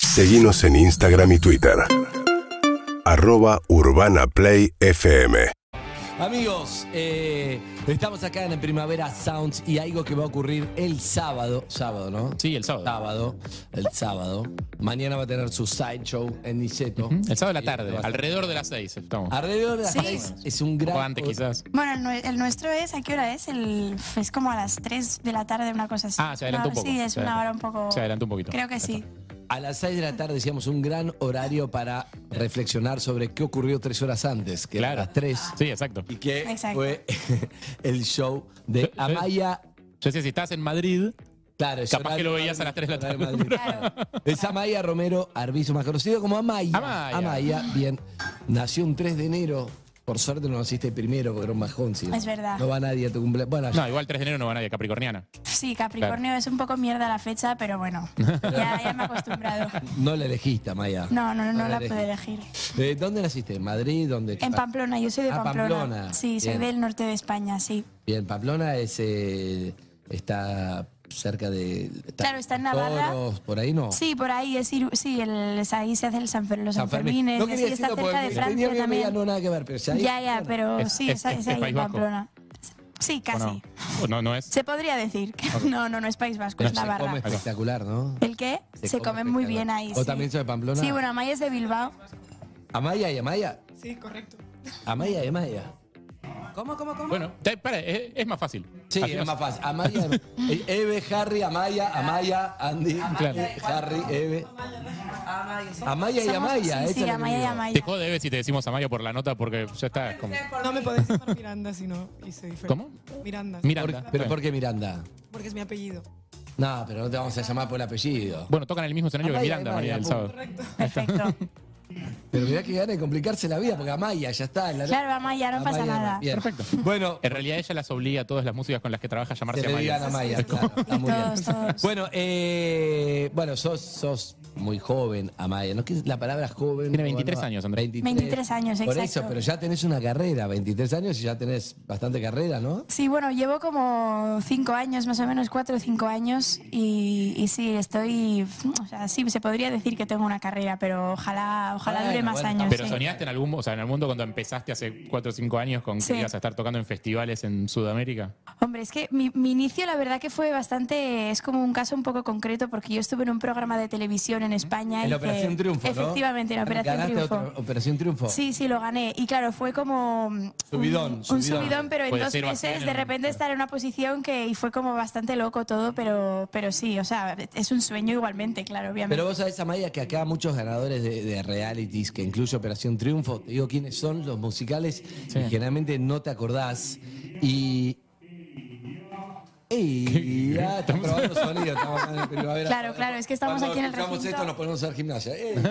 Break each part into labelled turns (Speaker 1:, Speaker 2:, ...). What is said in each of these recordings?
Speaker 1: Seguimos en Instagram y Twitter. Arroba Urbana Play FM.
Speaker 2: Amigos, eh, estamos acá en el Primavera Sounds y algo que va a ocurrir el sábado. Sábado, ¿no?
Speaker 3: Sí, el sábado.
Speaker 2: Sábado, el sábado. Mañana va a tener su sideshow en Niceto.
Speaker 3: Ujú. El sábado de la
Speaker 2: Sí, Ah,
Speaker 3: tarde,
Speaker 2: va a ser.
Speaker 3: alrededor de las seis estamos.
Speaker 2: Alrededor de las
Speaker 4: Sí.
Speaker 2: seis es un gran.
Speaker 3: O antes quizás.
Speaker 4: Bueno, el, nue- el nuestro es, ¿a qué hora es? El, es como a las 3 de la tarde, una cosa así.
Speaker 3: Ah, se adelantó
Speaker 4: Una-
Speaker 3: un poco.
Speaker 4: Sí, es
Speaker 3: Se
Speaker 4: una hora un
Speaker 3: adelantó.
Speaker 4: poco...
Speaker 3: Se adelantó un poquito.
Speaker 4: Creo que sí.
Speaker 2: A las seis de la tarde decíamos un gran horario para reflexionar sobre qué ocurrió tres horas antes, que
Speaker 3: Claro.
Speaker 2: era a las tres.
Speaker 3: Sí, exacto.
Speaker 2: Y que
Speaker 4: Ah. Exacto.
Speaker 2: fue el show de
Speaker 3: Sí, sí.
Speaker 2: Amaya.
Speaker 3: Yo decía, si estás en Madrid,
Speaker 2: Claro, es
Speaker 3: Capaz
Speaker 2: horario
Speaker 3: que lo veías a las tres de la
Speaker 2: horario
Speaker 3: tarde.
Speaker 2: Madrid.
Speaker 4: Claro.
Speaker 2: Es Amaya Romero Arbizu, más conocido como Amaya.
Speaker 3: Amaya.
Speaker 2: bien. Nació un 3 de enero. Por suerte no naciste primero, porque era un bajón. si no.
Speaker 4: Es verdad.
Speaker 2: No va nadie a tu cumpleaños. Bueno,
Speaker 3: no, igual 3 de enero no va nadie, Capricorniana.
Speaker 4: Sí, Capricornio es un poco mierda la fecha, pero bueno, ya, ya me he acostumbrado.
Speaker 2: no la elegiste, Amaya.
Speaker 4: No, no, no, no la
Speaker 2: elegí.
Speaker 4: pude elegir.
Speaker 2: Eh, ¿Dónde naciste? ¿En Madrid? ¿Dónde?
Speaker 4: En Pamplona, yo soy de
Speaker 2: Ah,
Speaker 4: Pamplona.
Speaker 2: Pamplona.
Speaker 4: Sí, soy
Speaker 2: Bien.
Speaker 4: del norte de España, sí.
Speaker 2: Bien, Pamplona es, eh, está cerca de...
Speaker 4: Claro, está en Navarra.
Speaker 2: Toros, ¿Por ahí no?
Speaker 4: Sí, por ahí es ir- sí, el, es ahí se hace el San, Fer- los
Speaker 2: Oh. San Fermín.
Speaker 4: Sanfermines,
Speaker 2: No
Speaker 4: y
Speaker 2: quería
Speaker 4: así está
Speaker 2: decirlo
Speaker 4: cerca
Speaker 2: porque
Speaker 4: de
Speaker 2: tenía
Speaker 4: Francia
Speaker 2: mi amiga,
Speaker 4: también.
Speaker 2: no nada que ver, pero ya ahí-
Speaker 4: Ya, ya, pero
Speaker 3: Es-
Speaker 4: sí,
Speaker 3: es-
Speaker 4: es, es
Speaker 3: es
Speaker 4: ahí
Speaker 3: País
Speaker 4: en
Speaker 3: Vasco.
Speaker 4: Pamplona. Sí,
Speaker 3: ¿o
Speaker 4: casi.
Speaker 3: no? ¿O no, no es.
Speaker 4: Se podría decir que no, no, no es País Vasco,
Speaker 2: No,
Speaker 4: es
Speaker 2: se
Speaker 4: Navarra.
Speaker 2: come espectacular, ¿no?
Speaker 4: ¿El qué? Se, come muy
Speaker 2: espectacular.
Speaker 4: bien ahí.
Speaker 2: ¿O
Speaker 4: sí.
Speaker 2: también sos de Pamplona?
Speaker 4: Sí, bueno, Amaya es de Bilbao.
Speaker 2: Amaya y Amaya.
Speaker 5: Sí, correcto.
Speaker 2: Amaya y Amaya. ¿Cómo, cómo, cómo?
Speaker 3: Bueno, te- para, es, es más fácil.
Speaker 2: Sí,
Speaker 3: Así
Speaker 2: es
Speaker 3: no-
Speaker 2: más fácil. Amaya, eh, Eve, Harry, Amaya, Amaya, Andy,
Speaker 3: Claro.
Speaker 2: eh, Harry, Eve. Amaya y
Speaker 4: Somos-
Speaker 2: Amaya. esa
Speaker 4: sí,
Speaker 2: es
Speaker 4: sí,
Speaker 2: la que
Speaker 4: Amaya y
Speaker 2: digo.
Speaker 4: Amaya.
Speaker 3: Te jode Eve, si te decimos Amaya por la nota porque ya está. es Como,
Speaker 5: No me podéis llamar Miranda si no hice diferente.
Speaker 3: ¿Cómo?
Speaker 5: Miranda.
Speaker 3: Miranda.
Speaker 2: ¿Por- ¿Pero por qué Miranda?
Speaker 5: Porque es mi apellido.
Speaker 2: No, pero no te vamos a llamar por el apellido.
Speaker 3: Bueno, tocan el mismo escenario que
Speaker 2: Amaya,
Speaker 3: Miranda,
Speaker 2: Amaya,
Speaker 3: María, el
Speaker 2: punto.
Speaker 3: sábado.
Speaker 5: Correcto.
Speaker 4: Perfecto.
Speaker 2: Pero mirá que gana de complicarse la vida, porque Amaya ya está. En la
Speaker 4: Claro, Amaya, no pasa nada.
Speaker 2: bien.
Speaker 3: Perfecto.
Speaker 2: Bueno,
Speaker 3: En realidad ella las obliga a todas las músicas con las que trabaja a
Speaker 2: que
Speaker 3: llamarse
Speaker 2: le digan
Speaker 3: Amaya.
Speaker 2: Amaya, claro. Está muy bien.
Speaker 4: Todos, todos.
Speaker 2: Bueno, eh, bueno, sos, sos muy joven, Amaya. ¿No que la palabra joven?
Speaker 3: Tiene
Speaker 2: o
Speaker 3: 23
Speaker 2: no?
Speaker 3: años, Andrés.
Speaker 4: 23 años,
Speaker 2: Por
Speaker 4: exacto.
Speaker 2: eso, pero ya tenés una carrera, 23 años y ya tenés bastante carrera, ¿no?
Speaker 4: Sí, bueno, llevo como cinco años, más o menos cuatro o cinco años, y, y sí, estoy, o sea, sí, se podría decir que tengo una carrera, pero ojalá, ojalá
Speaker 2: Bueno,
Speaker 4: dure más
Speaker 2: bueno,
Speaker 4: años.
Speaker 3: Pero
Speaker 4: sí.
Speaker 3: soñaste en algún, o sea, en el mundo cuando empezaste hace 4 o 5 años con que
Speaker 4: Sí.
Speaker 3: ibas a estar tocando en festivales en Sudamérica.
Speaker 4: Hombre, es que mi, mi inicio la verdad que fue bastante, es como un caso un poco concreto porque yo estuve en un programa de televisión en España.
Speaker 2: En
Speaker 4: y
Speaker 2: la Operación Triunfo, ¿no?
Speaker 4: Efectivamente, en la Operación
Speaker 2: ¿Ganaste
Speaker 4: Triunfo.
Speaker 2: otra Operación Triunfo?
Speaker 4: Sí, sí, lo gané. Y claro, fue como un-
Speaker 2: Subidón,
Speaker 4: un
Speaker 2: subidón.
Speaker 4: subidón, pero en
Speaker 3: Puede
Speaker 4: dos
Speaker 3: ser bastante
Speaker 4: meses de
Speaker 3: en-
Speaker 4: repente estar en una posición que y fue como bastante loco todo, pero, pero sí, o sea, es un sueño igualmente, claro, obviamente.
Speaker 2: Pero vos sabés, Amaya, que acá muchos ganadores de, de realities, que incluye Operación Triunfo, te digo quiénes son los musicales, y generalmente no te acordás. Y. ¡Ey! ya, estamos probando sonido, estamos en el primavera.
Speaker 4: Claro, claro, es que estamos
Speaker 2: Cuando
Speaker 4: aquí en el
Speaker 2: escuchamos
Speaker 4: recinto.
Speaker 2: esto nos ponemos a hacer gimnasia. Eh. ¡Ey!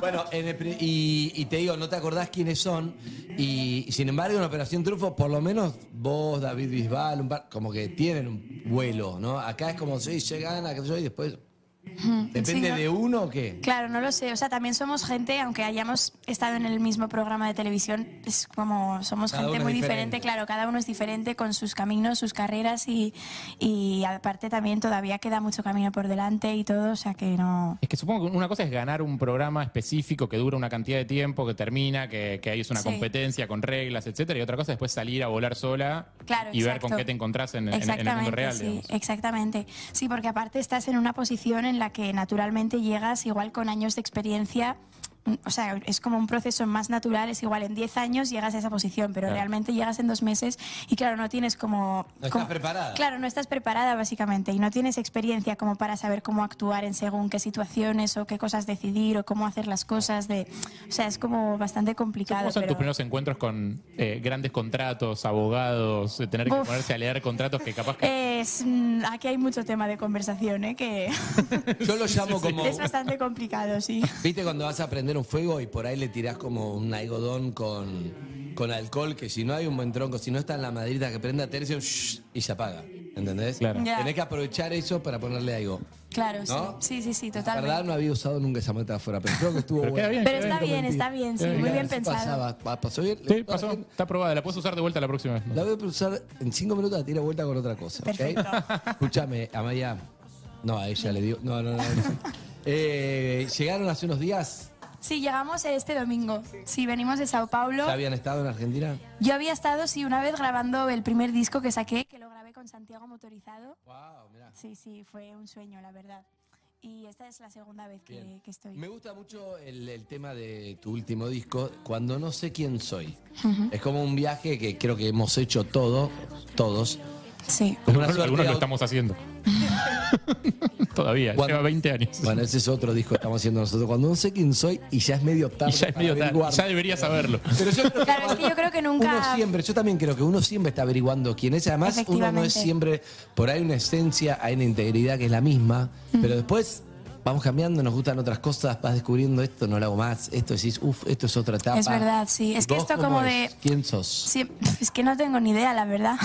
Speaker 2: bueno, en el pri- y, y te digo, no te acordás quiénes son. Y sin embargo, en Operación Triunfo, por lo menos vos, David Bisbal, un par- como que tienen un vuelo, ¿no? Acá es como, sí, llegan, acá yo, y después. ¿Depende
Speaker 4: Sí, ¿no?
Speaker 2: de uno o qué?
Speaker 4: Claro, no lo sé. O sea, también somos gente, aunque hayamos estado en el mismo programa de televisión, es como somos
Speaker 2: Cada
Speaker 4: gente
Speaker 2: uno
Speaker 4: muy
Speaker 2: es diferente.
Speaker 4: diferente. Claro, cada uno es diferente con sus caminos, sus carreras y, y aparte también todavía queda mucho camino por delante y todo, o sea que no.
Speaker 3: Es que supongo que una cosa es ganar un programa específico que dura una cantidad de tiempo, que termina, que, que ahí es una
Speaker 4: Sí.
Speaker 3: competencia con reglas, etcétera, y otra cosa es después salir a volar sola
Speaker 4: Claro,
Speaker 3: y ver
Speaker 4: exacto.
Speaker 3: con qué te encontrás en, en- en el mundo real.
Speaker 4: sí,
Speaker 3: digamos.
Speaker 4: exactamente. Sí, porque aparte estás en una posición en la que naturalmente llegas igual con años de experiencia. mm, O sea, es como un proceso más natural, es igual en 10 años llegas a esa posición, pero
Speaker 3: Claro.
Speaker 4: realmente llegas en dos meses y claro, no tienes como...
Speaker 2: No estás
Speaker 4: como-
Speaker 2: preparada.
Speaker 4: Claro, no estás preparada básicamente y no tienes experiencia como para saber cómo actuar en según qué situaciones o qué cosas decidir o cómo hacer las cosas. De, o sea, es como bastante complicado.
Speaker 3: ¿Cómo son tus
Speaker 4: pero-
Speaker 3: primeros encuentros con eh, grandes contratos, abogados, eh, tener que
Speaker 4: Uf.
Speaker 3: ponerse a leer contratos que capaz que...
Speaker 4: Es, mm, aquí hay mucho tema de conversación, ¿eh? que
Speaker 2: Yo lo llamo como.
Speaker 4: es bastante complicado, sí.
Speaker 2: ¿Viste cuando vas a prender un fuego y por ahí le tirás como un algodón con, con alcohol? Que si no hay un buen tronco, si no está en la madrita que prenda tercio, shh, y se apaga. ¿Entendés?
Speaker 3: Claro.
Speaker 4: Ya.
Speaker 2: Tenés que aprovechar eso para ponerle algo.
Speaker 4: Claro,
Speaker 2: ¿No?
Speaker 4: sí. Sí, sí, sí,
Speaker 2: La verdad
Speaker 4: totalmente.
Speaker 2: no había usado nunca esa metáfora, pero creo que estuvo
Speaker 3: Pero queda
Speaker 2: buena.
Speaker 3: bien,
Speaker 4: Pero
Speaker 3: queda
Speaker 4: está bien, está bien, sí, muy bien
Speaker 2: Así
Speaker 4: pensado.
Speaker 2: pasaba. Pa- ¿Pasó bien?
Speaker 3: Sí, pasó, está aprobada, la puedes usar de vuelta la próxima vez.
Speaker 2: La voy a usar en cinco minutos, la tira vuelta con otra cosa. ¿ok?
Speaker 4: Perfecto.
Speaker 2: Escúchame, Amaya. No, a ella le digo. No, no, no. no. Eh, llegaron hace unos días,
Speaker 4: Sí, llegamos este domingo. Sí, venimos de Sao Paulo.
Speaker 2: ya habían estado en Argentina.
Speaker 4: Yo había estado, sí, una vez grabando el primer disco que saqué, que lo grabé con Santiago Motorizado.
Speaker 2: Wow, mirá.
Speaker 4: Sí, sí, fue un sueño, la verdad. Y esta es la segunda vez que,
Speaker 2: Bien.
Speaker 4: que estoy.
Speaker 2: Me gusta mucho el, el tema de tu último disco, Cuando no sé quién soy. Es como un viaje que creo que hemos hecho todo, todos.
Speaker 4: Sí.
Speaker 2: Como una
Speaker 3: Algunos,
Speaker 2: suerte
Speaker 3: algunos
Speaker 2: de
Speaker 3: lo
Speaker 2: au-
Speaker 3: estamos haciendo. Todavía,
Speaker 2: Cuando-
Speaker 3: lleva 20 años.
Speaker 2: Bueno, ese es otro disco que estamos haciendo nosotros. Cuando no sé quién soy y ya es medio tarde.
Speaker 3: y ya es
Speaker 2: para
Speaker 3: medio tarde.
Speaker 2: averiguar.
Speaker 3: Ya debería saberlo.
Speaker 2: Pero yo creo que
Speaker 4: Claro, es que yo creo que nunca.
Speaker 2: Uno siempre, yo también creo que uno siempre está averiguando quién es. Además, uno no es
Speaker 4: Efectivamente.
Speaker 2: siempre. Por ahí una esencia, hay una integridad que es la misma,
Speaker 4: Mm.
Speaker 2: pero después. Vamos cambiando, nos gustan otras cosas, vas descubriendo esto, no lo hago más, esto decís, uff, esto es otra etapa.
Speaker 4: Es verdad, sí. Es que
Speaker 2: ¿Vos
Speaker 4: esto
Speaker 2: cómo
Speaker 4: como
Speaker 2: es?
Speaker 4: de-
Speaker 2: ¿Quién sos?
Speaker 4: Sí, es que no tengo ni idea, la verdad.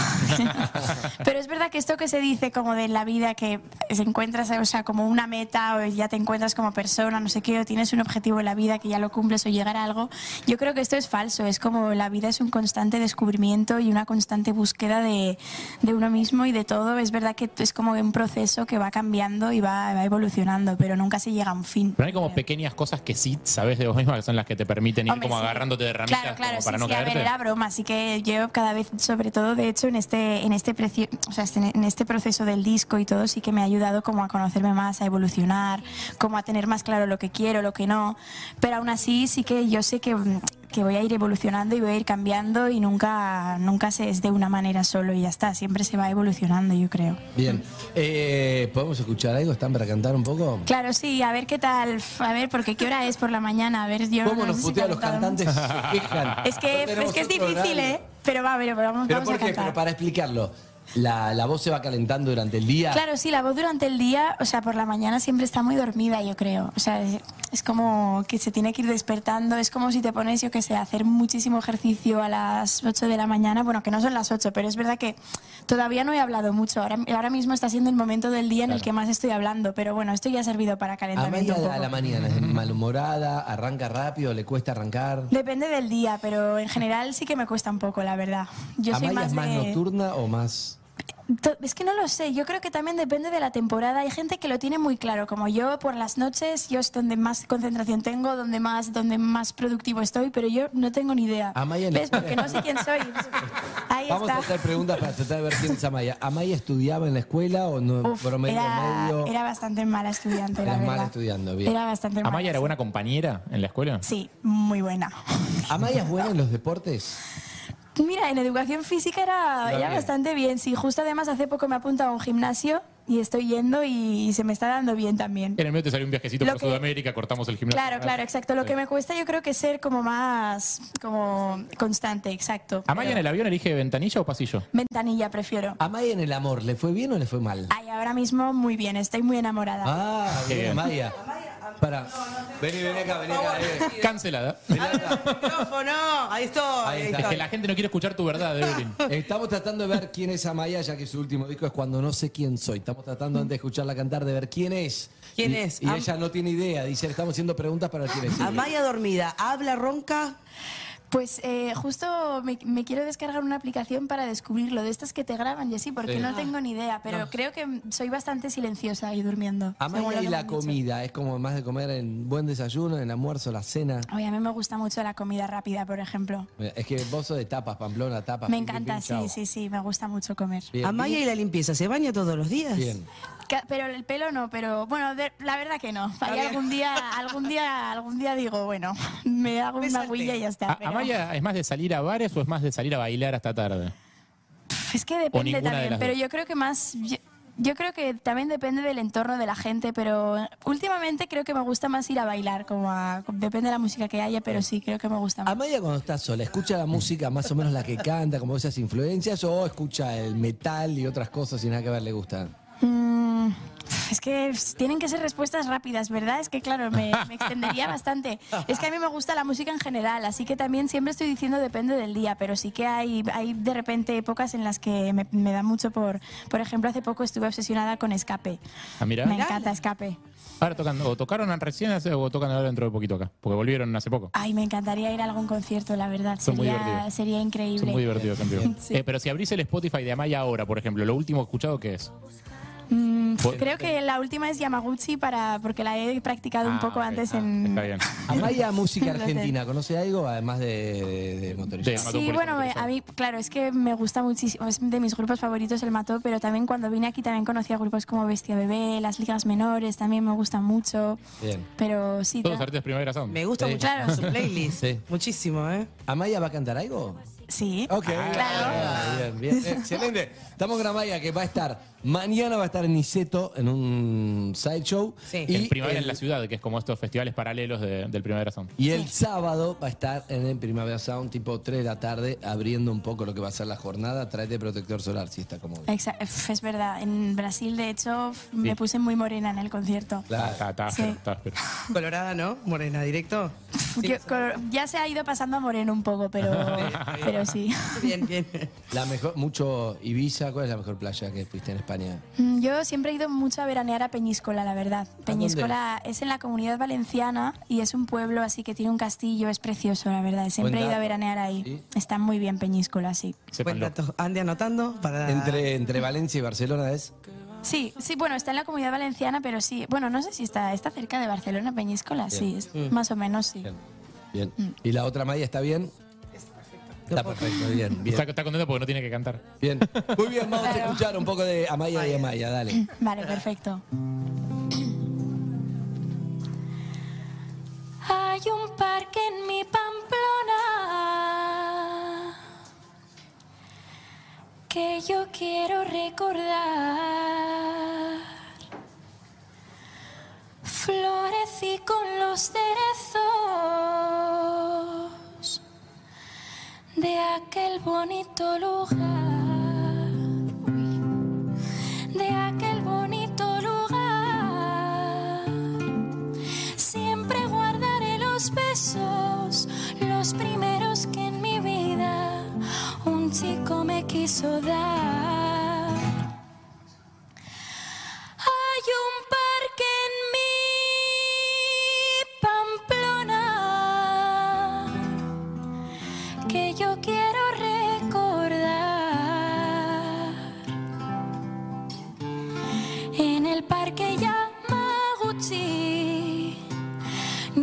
Speaker 4: Pero es verdad que esto que se dice como de la vida, que se encuentras, o sea, como una meta, o ya te encuentras como persona, no sé qué, o tienes un objetivo en la vida que ya lo cumples o llegar a algo, yo creo que esto es falso. Es como la vida es un constante descubrimiento y una constante búsqueda de, de uno mismo y de todo. Es verdad que es como un proceso que va cambiando y va, va evolucionando, pero nunca se llega a un fin.
Speaker 3: Pero hay como pequeñas cosas que sí sabes de vos misma que son las que te permiten ir
Speaker 4: Hombre,
Speaker 3: como
Speaker 4: sí.
Speaker 3: agarrándote de ramitas
Speaker 4: Claro, claro,
Speaker 3: como para
Speaker 4: sí,
Speaker 3: no
Speaker 4: sí, a ver,
Speaker 3: caerte.
Speaker 4: era broma, así que yo cada vez, sobre todo, de hecho, en este, en este preci- o sea, este- en este proceso del disco y todo, sí que me ha ayudado como a conocerme más, a evolucionar, como a tener más claro lo que quiero, lo que no. Pero aún así, sí que yo sé que, mm, que voy a ir evolucionando y voy a ir cambiando y nunca, nunca se es de una manera solo y ya está. Siempre se va evolucionando, yo creo.
Speaker 2: Bien, eh, ¿podemos escuchar algo? ¿Están para cantar un poco?
Speaker 4: Claro, sí, a ver qué tal, a ver, porque qué hora es por la mañana, a ver, yo
Speaker 2: ¿Cómo
Speaker 4: no
Speaker 2: nos
Speaker 4: sé si
Speaker 2: putea los
Speaker 4: cantaron.
Speaker 2: cantantes? Se quejan.
Speaker 4: Es que,
Speaker 2: No tenemos
Speaker 4: es, que es
Speaker 2: otro
Speaker 4: difícil,
Speaker 2: horario.
Speaker 4: ¿eh? Pero va, pero vamos,
Speaker 2: ¿Pero
Speaker 4: vamos
Speaker 2: por
Speaker 4: a
Speaker 2: qué?
Speaker 4: cantar.
Speaker 2: Pero para explicarlo, la, la voz se va calentando durante el día.
Speaker 4: Claro, sí, la voz durante el día, o sea, por la mañana siempre está muy dormida, yo creo. O sea, es, es como que se tiene que ir despertando. Es como si te pones, yo qué sé, a hacer muchísimo ejercicio a las 8 de la mañana. Bueno, que no son las 8, pero es verdad que todavía no he hablado mucho. Ahora, ahora mismo está siendo el momento del día en el que más estoy hablando. Pero bueno, esto ya ha servido para
Speaker 2: A
Speaker 4: calentamiento.
Speaker 2: media
Speaker 4: un
Speaker 2: de a la
Speaker 4: poco.
Speaker 2: mañana, es malhumorada, arranca rápido, le cuesta arrancar.
Speaker 4: Depende del día, pero en general sí que me cuesta un poco, la verdad. Yo soy
Speaker 2: ¿Amaya
Speaker 4: más
Speaker 2: es más
Speaker 4: de...
Speaker 2: nocturna o más.?
Speaker 4: To- Es que no lo sé, yo creo que también depende de la temporada. Hay gente que lo tiene muy claro, como yo por las noches, yo es donde más concentración tengo, donde más, donde más productivo estoy, pero yo no tengo ni idea.
Speaker 2: Amaya no-
Speaker 4: ¿Ves? Porque no sé quién soy. Ahí
Speaker 2: Ah, Vamos a
Speaker 4: está.
Speaker 2: hacer preguntas para tratar de ver quién es Amaya. ¿Amaya estudiaba en la escuela o no?
Speaker 4: Uf,
Speaker 2: promedio
Speaker 4: era,
Speaker 2: medio.
Speaker 4: era bastante mala estudiante, la
Speaker 2: Eras mala
Speaker 4: verdad.
Speaker 2: estudiando, bien.
Speaker 4: Era bastante mala.
Speaker 3: ¿Amaya era buena compañera en la escuela?
Speaker 4: Sí, muy buena.
Speaker 2: ¿Amaya es buena en los deportes?
Speaker 4: Mira, en educación física era,
Speaker 2: Iba
Speaker 4: era
Speaker 2: bien.
Speaker 4: bastante bien, sí. Justo además hace poco me he apuntado a un gimnasio y estoy yendo y se me está dando bien también.
Speaker 3: En el medio te salió un viajecito
Speaker 4: Lo
Speaker 3: por
Speaker 4: que-
Speaker 3: Sudamérica, cortamos el gimnasio.
Speaker 2: ah,
Speaker 4: Claro, claro, exacto. Lo que me cuesta yo creo que es ser como más como constante, exacto.
Speaker 2: Ah.
Speaker 3: ¿Amaya en el avión elige ventanilla o pasillo?
Speaker 4: Ventanilla prefiero.
Speaker 2: ¿Amaya en el amor le fue bien o le fue mal?
Speaker 4: Ay, ahora mismo muy bien, estoy muy enamorada.
Speaker 2: Ah,
Speaker 3: Qué
Speaker 2: bien,
Speaker 3: bien.
Speaker 2: Amaya. Para. Vení, vení acá, vení acá. vení.
Speaker 3: Cancelada.
Speaker 5: el micrófono. Ahí estoy.
Speaker 2: Ahí
Speaker 5: Ahí
Speaker 2: está.
Speaker 5: estoy.
Speaker 3: Que la gente no quiere escuchar tu verdad, Evelyn.
Speaker 2: Estamos tratando de ver quién es Amaya, ya que su último disco es Cuando no sé quién soy. Estamos tratando antes de escucharla cantar de ver quién es.
Speaker 6: ¿Quién
Speaker 2: Y-
Speaker 6: es?
Speaker 2: Y
Speaker 6: Am-
Speaker 2: ella no tiene idea. Dice, le estamos haciendo preguntas para ver quién es.
Speaker 6: Amaya dormida, habla ronca.
Speaker 4: Pues eh, justo me, me quiero descargar una aplicación para descubrirlo, de estas que te graban y así, porque
Speaker 2: Sí.
Speaker 4: no tengo ni idea, pero creo que soy bastante silenciosa ahí durmiendo. según lo
Speaker 2: Amaya y
Speaker 4: que me
Speaker 2: la
Speaker 4: han dicho.
Speaker 2: comida, es como más de comer en buen desayuno, en almuerzo, la cena.
Speaker 4: Oye, a mí me gusta mucho la comida rápida, por ejemplo.
Speaker 2: Es que vos sos de tapas, Pamplona, tapas.
Speaker 4: Me
Speaker 2: pim, pim,
Speaker 4: encanta,
Speaker 2: pim,
Speaker 4: sí,
Speaker 2: chau.
Speaker 4: sí, sí, me gusta mucho comer.
Speaker 2: Bien,
Speaker 6: Amaya y la limpieza, ¿se baña todos los días?
Speaker 2: Bien.
Speaker 4: Ca- Pero el pelo no, pero bueno, de- la verdad que no. Hay algún día, algún día, algún día digo, bueno, me hago
Speaker 6: Me
Speaker 4: una
Speaker 6: salté.
Speaker 4: huilla y ya está.
Speaker 3: A-
Speaker 4: pero-
Speaker 3: ¿Amaya es más de salir a bares o es más de salir a bailar hasta tarde?
Speaker 4: Pf, Es que depende
Speaker 3: ninguna de
Speaker 4: también,
Speaker 3: las
Speaker 4: pero
Speaker 3: dos.
Speaker 4: yo creo que más. Yo, yo creo que también depende del entorno de la gente, pero últimamente creo que me gusta más ir a bailar, como a- depende de la música que haya, pero sí creo que me gusta más.
Speaker 2: Amaya cuando está sola, ¿escucha la música más o menos la que canta, como esas influencias, o escucha el metal y otras cosas y nada que ver le gustan?
Speaker 4: Mm, es que pf, tienen que ser respuestas rápidas, ¿verdad? Es que claro, me, me extendería bastante. Es que a mí me gusta la música en general, así que también siempre estoy diciendo depende del día, pero sí que hay, hay de repente épocas en las que me, me da mucho por... Por ejemplo, hace poco estuve obsesionada con Escape.
Speaker 3: Ah, mirá.
Speaker 4: Me encanta Escape.
Speaker 3: Ahora tocan, o tocaron recién hace- o tocan ahora dentro de poquito acá, porque volvieron hace poco.
Speaker 4: Ay, me encantaría ir a algún concierto, la verdad.
Speaker 3: Son muy
Speaker 4: Sería,
Speaker 3: divertidos.
Speaker 4: sería increíble.
Speaker 3: Son muy divertidos, campeón.
Speaker 4: Sí.
Speaker 3: Eh, pero si abrís el Spotify de Amaya ahora, por ejemplo, lo último escuchado, ¿qué es?
Speaker 4: Mm,
Speaker 3: Bueno.
Speaker 4: creo que la última es Yamaguchi para, porque la he practicado un
Speaker 3: Ah,
Speaker 4: poco
Speaker 3: ok.
Speaker 4: antes
Speaker 3: Ah,
Speaker 4: en...
Speaker 3: Está bien.
Speaker 2: Amaya Música Argentina, ¿conoce algo además de, de, de motorista?
Speaker 3: De- Mató
Speaker 4: Sí,
Speaker 3: por
Speaker 4: bueno,
Speaker 3: Isabel.
Speaker 4: eh, a mí, claro, es que me gusta muchísimo, es de mis grupos favoritos el Mató, pero también cuando vine aquí también conocí a grupos como Bestia Bebé, las ligas menores, también me gustan mucho,
Speaker 2: Bien.
Speaker 4: pero sí...
Speaker 3: Todos
Speaker 4: ta-
Speaker 3: artistas primavera son.
Speaker 6: Me gusta
Speaker 2: Sí.
Speaker 6: mucho
Speaker 4: Claro.
Speaker 6: su playlist.
Speaker 2: Sí.
Speaker 6: Muchísimo, ¿eh?
Speaker 2: ¿Amaya va a cantar algo?
Speaker 4: Sí,
Speaker 2: Ok.
Speaker 4: claro.
Speaker 2: Ah, bien, bien. Excelente. Estamos con Amaya que va a estar, mañana va a estar en Iseto en un sideshow.
Speaker 6: Sí.
Speaker 2: Y
Speaker 3: El Primavera
Speaker 2: el-
Speaker 3: en la ciudad, que es como estos festivales paralelos de- del Primavera Sound.
Speaker 2: Y el sábado va a estar en el Primavera Sound, tipo 3 de la tarde, abriendo un poco lo que va a ser la jornada. Tráete protector solar si está cómodo.
Speaker 4: Exa- f- es verdad, en Brasil de hecho f- me puse muy morena en el concierto.
Speaker 2: Claro.
Speaker 3: Ah, Está, está
Speaker 4: Sí.
Speaker 3: áspero, está áspero.
Speaker 6: Colorada, ¿no? Morena, directo.
Speaker 4: Yo- col- ya se ha ido pasando a moreno un poco, pero, pero sí.
Speaker 6: Bien, bien.
Speaker 2: La mejor, mucho Ibiza, ¿cuál es la mejor playa que fuiste en España?
Speaker 4: Mm, Yo siempre he ido mucho a veranear a Peñíscola, la verdad. Peñíscola es en la comunidad valenciana y es un pueblo así que tiene un castillo, es precioso, la verdad. Siempre he ido a
Speaker 2: dato.
Speaker 4: veranear ahí.
Speaker 2: Sí.
Speaker 4: Está muy bien Peñíscola, sí.
Speaker 6: Buen
Speaker 3: Sépanlo.
Speaker 6: dato. Ande anotando para...
Speaker 2: Entre, entre Valencia y Barcelona es.
Speaker 4: Sí, sí, bueno, está en la comunidad valenciana, pero sí. Bueno, no sé si está, está cerca de Barcelona, Peñíscola, sí, es- más o menos sí.
Speaker 2: Mm. Bien. bien. ¿Y la otra Maya está bien? Está perfecto, bien, bien.
Speaker 3: Está, está contento porque no tiene que cantar.
Speaker 2: bien. Muy bien, vamos a escuchar un poco de Amaya y Amaya, dale.
Speaker 4: Vale, perfecto. Hay un parque en mi Pamplona que yo quiero recordar. Florecí con los cerezos de aquel bonito lugar de aquel bonito lugar. Siempre guardaré los besos, los primeros que en mi vida un chico me quiso dar. Hay un parque en mi Pamplona que yo quiero recordar. En el parque Yamaguchi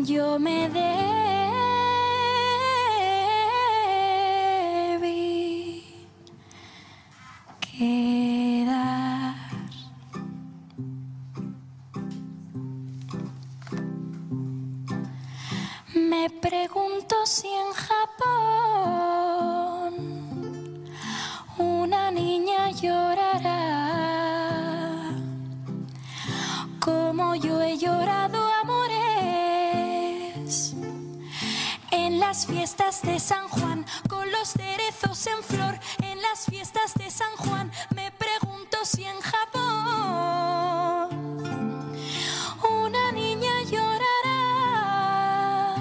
Speaker 4: yo me debí quedar. Me pregunto si en Japón una niña llorará. Como yo he llorado amores en las fiestas de San Juan, con los cerezos en flor, en las fiestas de San Juan, me pregunto si en Japón una niña llorará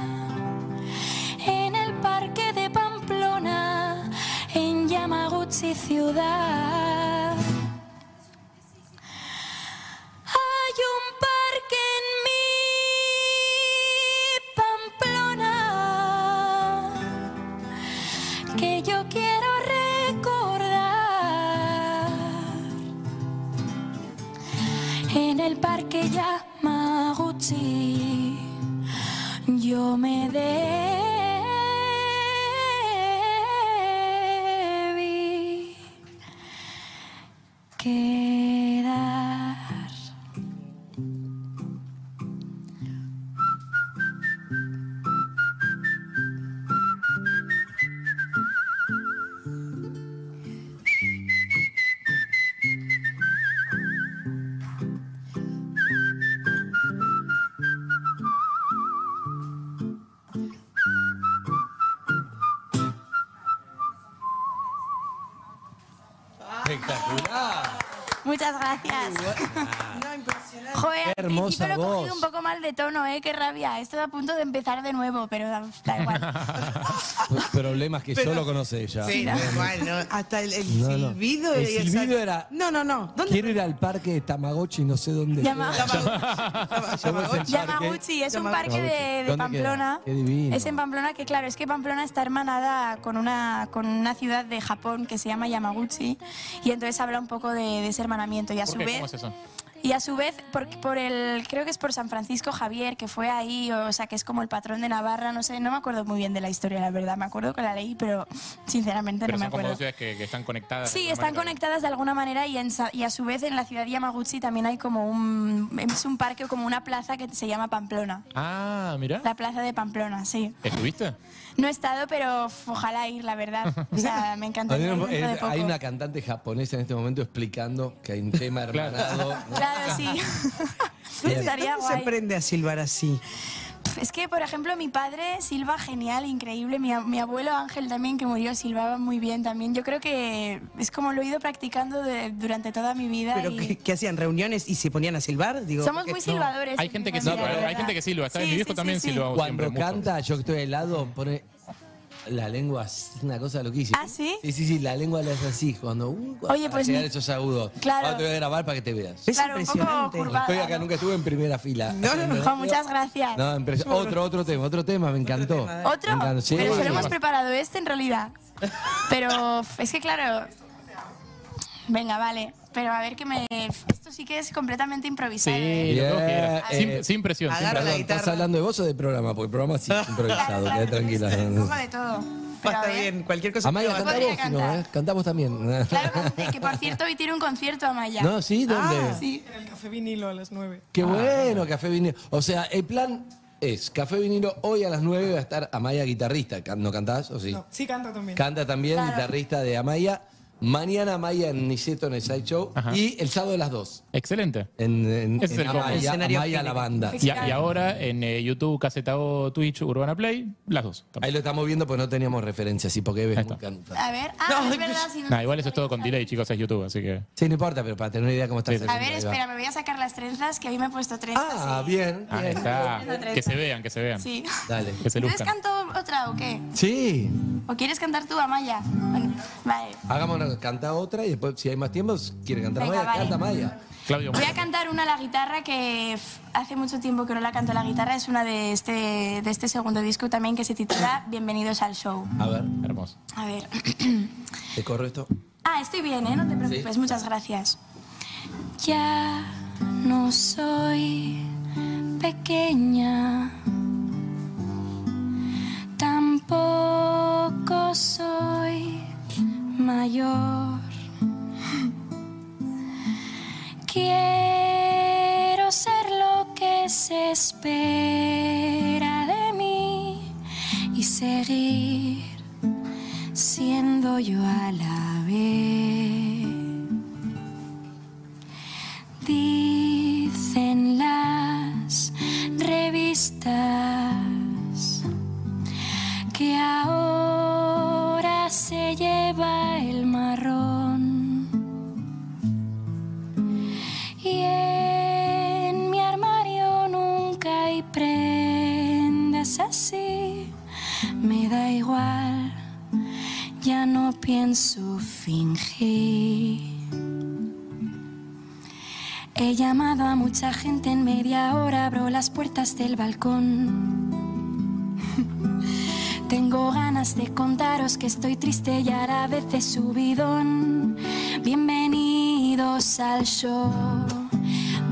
Speaker 4: en el parque de Pamplona, en Yamaguchi ciudad. Hay un parque en mi Pamplona que yo quiero recordar. En el parque Yamaguchi yo me debí quedar.
Speaker 2: Espectacular.
Speaker 4: Muchas gracias.
Speaker 6: No, impresionante.
Speaker 4: Joder, al
Speaker 2: Qué hermosa
Speaker 4: principio lo he cogido
Speaker 2: voz.
Speaker 4: un poco mal de tono, ¿eh? Qué rabia. Estoy a punto de empezar de nuevo, pero da, da igual.
Speaker 2: P- Problemas que solo conoce ella.
Speaker 6: Sí,
Speaker 2: Bien.
Speaker 6: igual, ¿no?
Speaker 5: Hasta el, el
Speaker 2: No, no.
Speaker 5: silbido.
Speaker 2: El
Speaker 5: y
Speaker 2: silbido
Speaker 5: sac-
Speaker 2: era-
Speaker 5: No, no, no. ¿Dónde?
Speaker 2: Quiero ir al parque de Tamagotchi, no sé dónde.
Speaker 4: Llama-
Speaker 5: Yamaguchi. Yamaguchi.
Speaker 4: Yamaguchi, es un parque de,
Speaker 2: ¿Dónde
Speaker 4: de
Speaker 2: queda?
Speaker 4: Pamplona.
Speaker 2: Qué divino.
Speaker 4: Es en Pamplona, que claro, es que Pamplona está hermanada con una, con una ciudad de Japón que se llama Yamaguchi. Y entonces habla un poco de, de ese hermanamiento. Y a
Speaker 3: ¿Por
Speaker 4: su
Speaker 3: qué?
Speaker 4: vez.
Speaker 3: ¿Cómo es eso?
Speaker 4: Y a su vez, por, por el, creo que es por San Francisco Javier, que fue ahí, o, sea, que es como el patrón de Navarra, no sé, no me acuerdo muy bien de la historia, la verdad, me acuerdo que la leí, pero sinceramente
Speaker 3: Pero
Speaker 4: no me
Speaker 3: son como
Speaker 4: acuerdo.
Speaker 3: dos ciudades que, que están conectadas. de
Speaker 4: Sí,
Speaker 3: alguna
Speaker 4: están
Speaker 3: manera.
Speaker 4: conectadas de alguna manera y, en sa- y a su vez en la ciudad de Yamaguchi también hay como un, es un parque o como una plaza que se llama Pamplona.
Speaker 3: Ah, mira.
Speaker 4: La plaza de Pamplona, sí.
Speaker 3: ¿Estuviste?
Speaker 4: No he estado, pero f- ojalá ir, la verdad. O sea, me encantaría
Speaker 2: Hay
Speaker 4: ir
Speaker 2: una-
Speaker 4: dentro de
Speaker 2: eh, hay
Speaker 4: poco.
Speaker 2: una cantante japonesa en este momento explicando que hay un tema hermanado. ¿no?
Speaker 4: Claro, sí. Estaría
Speaker 6: ¿Dónde se
Speaker 4: guay.
Speaker 6: aprende a silbar así?
Speaker 4: Es que, por ejemplo, mi padre silba genial, increíble. Mi, a- mi abuelo Ángel también, que murió, silbaba muy bien también. Yo creo que es como lo he ido practicando de- durante toda mi vida.
Speaker 6: ¿Pero
Speaker 4: y-
Speaker 6: qué, qué hacían? ¿Reuniones y se ponían a silbar? Digo,
Speaker 4: Somos
Speaker 6: porque
Speaker 4: muy
Speaker 6: no.
Speaker 4: silbadores.
Speaker 3: Hay
Speaker 4: en
Speaker 3: gente
Speaker 4: mi
Speaker 3: que
Speaker 4: familia,
Speaker 2: silba,
Speaker 4: la
Speaker 2: hay
Speaker 4: verdad.
Speaker 3: gente que silba, ¿sabes?
Speaker 4: Sí,
Speaker 3: Mi viejo
Speaker 4: sí,
Speaker 3: también
Speaker 4: sí, sí.
Speaker 3: silbaba.
Speaker 2: Cuando
Speaker 3: Siempre, mucho.
Speaker 2: canta, yo que estoy de lado, pone la lengua, es una cosa loquísima.
Speaker 4: ¿Ah, sí?
Speaker 2: Sí, sí, sí, la lengua la hace así, cuando... Uh,
Speaker 4: Oye,
Speaker 2: para
Speaker 4: pues
Speaker 2: llegar
Speaker 4: mi-
Speaker 2: a esos agudos.
Speaker 4: Claro.
Speaker 2: Ahora te voy a grabar para que te veas.
Speaker 6: Es
Speaker 4: Claro, un poco
Speaker 6: impresionante.
Speaker 4: curva-
Speaker 2: Estoy acá, nunca estuve en primera fila.
Speaker 6: No, no, no.
Speaker 4: Jo, muchas gracias.
Speaker 2: No, impresi- Otro, otro tema, otro tema, me encantó.
Speaker 6: tema, ¿eh?
Speaker 4: ¿Otro?
Speaker 2: Me encantó. Sí,
Speaker 4: pero
Speaker 2: sí.
Speaker 4: solo hemos preparado este en realidad. Pero f- es que claro. Venga, vale. Pero a ver que me. Esto sí que es completamente
Speaker 3: Sí,
Speaker 4: improvisado. ¿eh?
Speaker 3: lo que vos quieras.
Speaker 2: Bien.
Speaker 3: Sin,
Speaker 2: Eh,
Speaker 3: sin presión. sin
Speaker 6: agarra
Speaker 3: presión.
Speaker 6: la
Speaker 2: Perdón, ¿Estás
Speaker 6: guitarra.
Speaker 2: hablando de vos o del programa? Porque el programa sí es
Speaker 4: Claro,
Speaker 2: improvisado,
Speaker 4: claro,
Speaker 2: queda tranquila.
Speaker 4: es Un poco de todo.
Speaker 6: Va
Speaker 4: Pero
Speaker 6: a
Speaker 4: a
Speaker 6: estar
Speaker 4: ver.
Speaker 6: bien. Cualquier cosa.
Speaker 2: Amaya,
Speaker 6: que
Speaker 2: canta
Speaker 4: Podría
Speaker 2: vos, si no,
Speaker 4: cantar.
Speaker 2: ¿eh? Cantamos también.
Speaker 4: Claro, que- Ah, que por cierto hoy tiene un concierto Amaya.
Speaker 2: ¿No? ¿Sí? ¿Dónde?
Speaker 5: Sí, en el café vinilo a las nueve.
Speaker 2: Qué bueno, Café Vinilo. O sea, el plan es, Café Vinilo hoy a las 9 va a estar Amaya guitarrista. Can- ¿No cantás o sí?
Speaker 5: No, sí canta también.
Speaker 2: Canta también
Speaker 4: Claro.
Speaker 2: guitarrista de Amaya. Mañana Amaya en Niceto en el Side Show. Y el sábado a las 2
Speaker 3: Excelente.
Speaker 2: en, en-
Speaker 3: Ese es
Speaker 2: en
Speaker 3: el combo.
Speaker 2: Amaya,
Speaker 6: Escenario
Speaker 2: Amaya la
Speaker 6: físico.
Speaker 2: banda.
Speaker 3: Y, a- y ahora en eh, YouTube, Casetao, Twitch, Urbana Play, las dos.
Speaker 2: Ahí lo estamos viendo pues no teníamos referencias, sí, porque
Speaker 3: Ahí
Speaker 2: ves
Speaker 3: está.
Speaker 2: muy cantante.
Speaker 4: A ver, ah, es verdad, si no-
Speaker 3: Nah, igual eso es todo con delay, chicos, es YouTube, así que.
Speaker 2: Sí, no importa, pero para tener una idea cómo está.
Speaker 3: Sí, sí.
Speaker 4: A ver,
Speaker 2: saliendo, ahí va.
Speaker 4: espera, me voy a sacar las trenzas que hoy me he puesto trenzas.
Speaker 2: Ah,
Speaker 4: y-
Speaker 2: bien,
Speaker 3: Ahí
Speaker 2: bien.
Speaker 3: está. Que se vean, que se vean.
Speaker 4: Sí.
Speaker 2: Dale.
Speaker 3: Que se
Speaker 4: ¿Entonces
Speaker 3: luzcan.
Speaker 4: canto otra o qué?
Speaker 2: Sí,
Speaker 4: ¿O quieres cantar tú, Amaya? Bueno, vale.
Speaker 2: hagamos una, canta otra y después si hay más tiempo, si quiere cantar
Speaker 4: Venga,
Speaker 2: Amaya,
Speaker 4: vale.
Speaker 2: canta Amaya.
Speaker 3: Claudio,
Speaker 4: Voy a cantar una a la guitarra que f, hace mucho tiempo que no la canto a la guitarra. Es una de este, de este segundo disco también que se titula Bienvenidos al Show.
Speaker 2: A ver,
Speaker 3: hermoso.
Speaker 4: A ver.
Speaker 2: te corro esto.
Speaker 4: Ah, estoy bien, ¿eh? No te preocupes, muchas gracias. Ya no soy pequeña, tampoco soy mayor. Quiero ser lo que se espera de mí y seguir siendo yo a la vez. Dicen las revistas que ahora se lleva el marrón. Y en mi armario nunca hay prendas así. Me da igual ya no pienso fingir. He llamado a mucha gente en media hora, abro las puertas del balcón. Tengo ganas de contaros que estoy triste y a la vez de subidón. Bienvenidos al show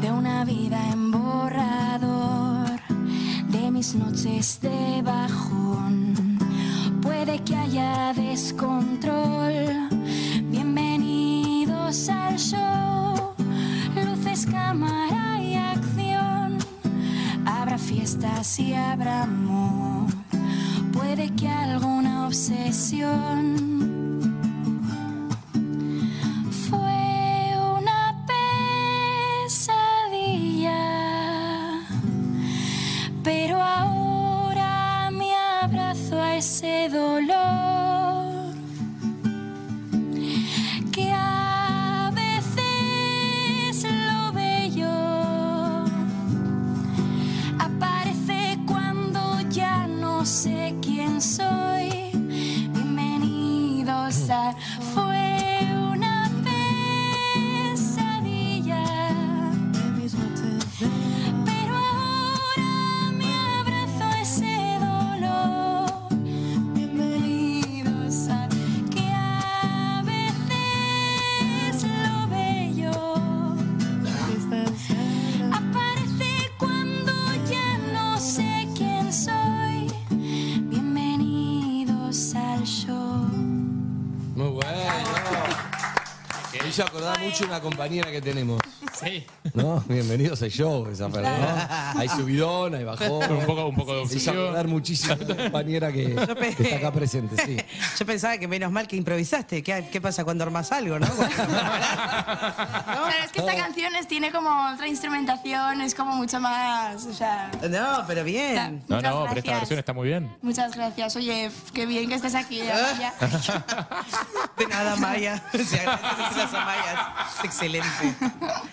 Speaker 4: de una vida en borrador, de mis noches de bajón. Puede que haya descontrol. Bienvenidos al show, luces, cámara y acción. Habrá fiestas y habrá amor. Puede que alguna obsesión. Fue una pesadilla. Pero ahora me abrazo a ese dolor que a veces lo bello
Speaker 2: hizo acordar mucho una compañera que tenemos.
Speaker 3: Sí.
Speaker 2: ¿No? Bienvenidos al show, esa frase, ¿no? Hay subidón, hay bajón.
Speaker 3: Un poco, un poco de
Speaker 2: Me hizo acordar
Speaker 3: obsesión.
Speaker 2: muchísimo a una compañera que, que está acá presente, sí.
Speaker 6: Yo pensaba que menos mal que improvisaste. ¿Qué, qué pasa cuando armas algo, no?
Speaker 4: Claro, es que
Speaker 3: Oh.
Speaker 4: esta canción es- tiene como otra instrumentación, es como mucho más. O sea.
Speaker 6: No, pero bien.
Speaker 3: No,
Speaker 4: muchas
Speaker 3: no, pero esta
Speaker 4: gracias.
Speaker 3: versión está muy bien.
Speaker 4: Muchas gracias. Oye, f- qué bien que estés aquí.
Speaker 3: Ah.
Speaker 4: Amaya.
Speaker 6: De nada, Maya. Se agradecen las Amayas. Es excelente.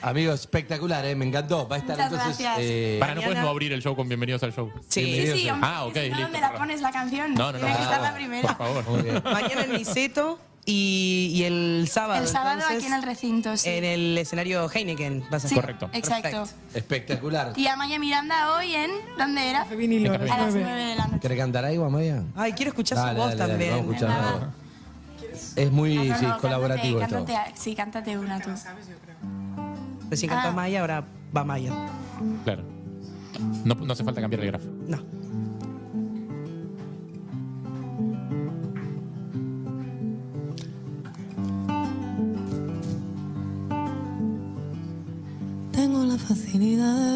Speaker 2: Amigo, espectacular, ¿eh? me encantó. Va a estar
Speaker 4: Muchas
Speaker 2: entonces.
Speaker 4: gracias.
Speaker 2: eh,
Speaker 3: Para, no puedes
Speaker 6: Mañana-
Speaker 3: no abrir el show con Bienvenidos al Show.
Speaker 6: Sí.
Speaker 4: Sí, sí, hombre,
Speaker 3: Ah, ok,
Speaker 4: es que si no,
Speaker 3: listo,
Speaker 4: ¿dónde la
Speaker 3: perdón.
Speaker 4: pones la canción?
Speaker 3: No, no, no.
Speaker 4: Tiene que estar la
Speaker 3: Por
Speaker 4: primera.
Speaker 2: muy
Speaker 3: favor.
Speaker 2: bien.
Speaker 6: Mañana en Niceto y, y el sábado.
Speaker 4: El sábado
Speaker 6: entonces,
Speaker 4: aquí en el recinto, sí.
Speaker 6: En el escenario Heineken vas a
Speaker 4: Sí,
Speaker 6: estar.
Speaker 3: Correcto.
Speaker 4: Exacto.
Speaker 6: Perfecto.
Speaker 2: Espectacular.
Speaker 4: Y Amaya Miranda hoy en. ¿Dónde era?
Speaker 5: Café vinilo a
Speaker 3: Café
Speaker 5: las
Speaker 4: A las
Speaker 5: 9.
Speaker 4: 9 de la noche.
Speaker 2: ¿Querés cantar algo, Amaya?
Speaker 6: Ay, quiero escuchar
Speaker 2: Dale,
Speaker 6: su voz
Speaker 2: dale, dale,
Speaker 6: también.
Speaker 2: vamos a escuchar
Speaker 4: Ah.
Speaker 2: algo. Es muy
Speaker 4: No, no,
Speaker 2: sí,
Speaker 4: no,
Speaker 2: colaborativo
Speaker 4: cántate,
Speaker 2: esto.
Speaker 4: cántate- sí, cántate una tú.
Speaker 6: Recién cantó
Speaker 4: Ah.
Speaker 6: Maya, ahora va Maya.
Speaker 3: Claro. No, no hace falta cambiar el grafo.
Speaker 6: No.
Speaker 7: Tengo la facilidad de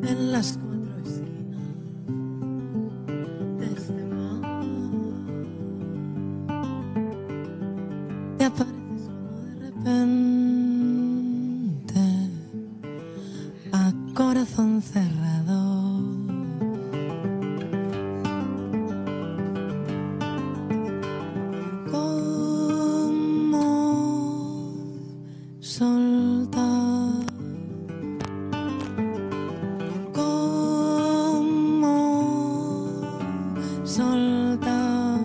Speaker 7: ver en las cuatro esquinas de este mar. Te apareces como de repente a corazón cerrado. cómo soltar, cómo soltar.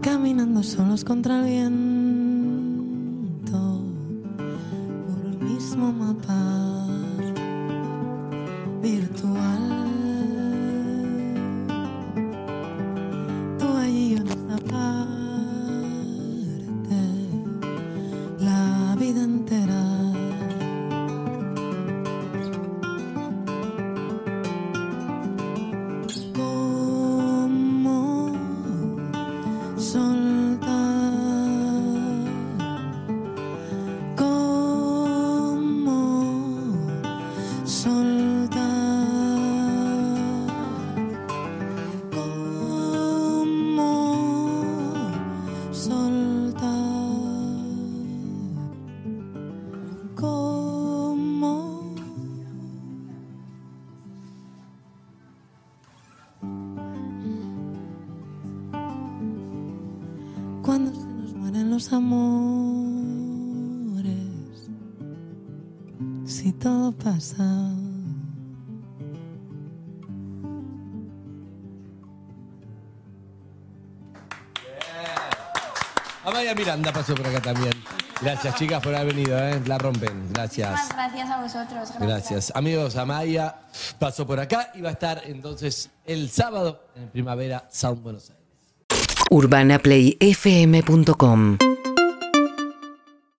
Speaker 7: caminando solos contra el viento por el mismo mapa virtual. Tú allí yo en esta parte, la vida entera. Cómo soltar, cómo soltar, cómo soltar, cómo cuando se nos mueren los amores, si todo pasa.
Speaker 2: Amaya Miranda pasó por acá también. Gracias, chicas, por haber venido, ¿eh? La rompen. Gracias.
Speaker 4: Muchas gracias a vosotros.
Speaker 2: Gracias. Amigos, Amaya pasó por acá y va a estar entonces el sábado en Primavera Sound Buenos Aires.
Speaker 8: urbanaplayfm.com